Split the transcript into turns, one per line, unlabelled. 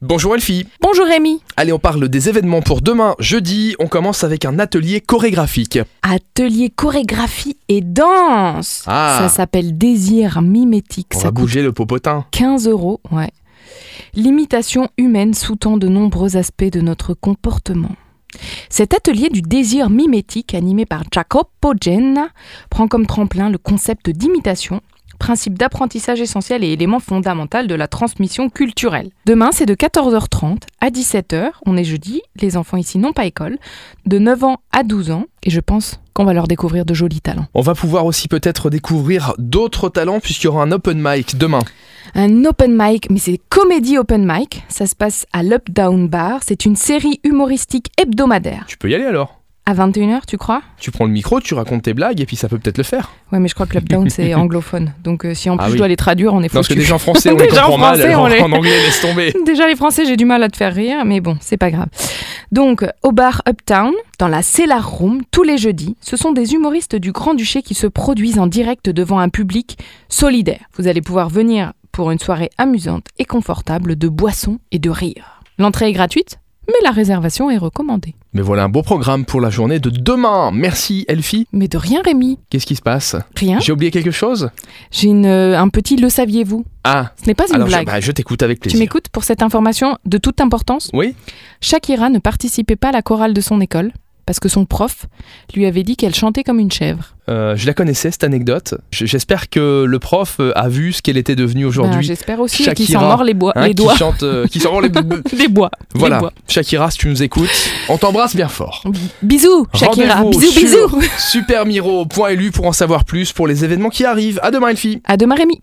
Bonjour Elfie.
Bonjour Rémi.
Allez, on parle des événements pour demain, jeudi. On commence avec un atelier chorégraphique.
Atelier chorégraphie et danse.
Ah.
Ça s'appelle Désir mimétique.
On
ça
va
coûte
bouger le popotin.
15 euros. Ouais. L'imitation humaine sous-tend de nombreux aspects de notre comportement. Cet atelier du désir mimétique, animé par Jacopo Genna, prend comme tremplin le concept d'imitation, principe d'apprentissage essentiel et élément fondamental de la transmission culturelle. Demain, c'est de 14h30 à 17h, on est jeudi, les enfants ici n'ont pas école, de 9 ans à 12 ans, et je pense qu'on va leur découvrir de jolis talents.
On va pouvoir aussi peut-être découvrir d'autres talents puisqu'il y aura un open mic demain.
Un open mic, mais c'est comédie open mic. Ça se passe à l'Updown Bar. C'est une série humoristique hebdomadaire.
Tu peux y aller alors.
À 21h, tu crois
Tu prends le micro, tu racontes tes blagues et puis ça peut peut-être le faire.
Ouais, mais je crois que l'Updown, c'est anglophone. Donc euh, si en
Ah oui.
plus je dois les traduire, on est
Non, parce que
foutu.
déjà en français, on les
Déjà en
comprend mal.
français,
alors
on les-
En anglais, laisse tomber.
Déjà, les Français, j'ai du mal à te faire rire, mais bon, c'est pas grave. Donc, au bar Uptown, dans la Cellar Room, tous les jeudis, ce sont des humoristes du Grand-Duché qui se produisent en direct devant un public solidaire. Vous allez pouvoir venir pour une soirée amusante et confortable de boissons et de rires. L'entrée est gratuite, mais la réservation est recommandée.
Mais voilà un beau programme pour la journée de demain. Merci Elfie.
Mais de rien, Rémi,
Qu'est-ce qui se passe
rien.
J'ai oublié quelque chose
J'ai une- euh, un petit le saviez-vous.
Ah,
Ce n'est pas une
alors je,
blague.
bah, je t'écoute avec
tu
plaisir.
m'écoutes pour cette information de toute importance
oui
Shakira ne participait pas à la chorale de son école parce que son prof lui avait dit qu'elle chantait comme une chèvre.
Euh, je la connaissais cette anecdote. J- J'espère que le prof euh, a vu ce qu'elle était devenue
Ben,
aujourd'hui.
J'espère aussi et
Shakira,
qu'il s'en mord les, bois,
Hein,
les doigts.
Qui chante, euh, qui s'en rend les.
Des bois. des
voilà,
bois.
Shakira, si tu nous écoutes, on t'embrasse bien fort.
Bisous, Shakira.
Rendez-vous
Bisous,
sur
bisous.
Supermiro.lu pour en savoir plus pour les événements qui arrivent. À demain, Elfie.
À demain, Rémi.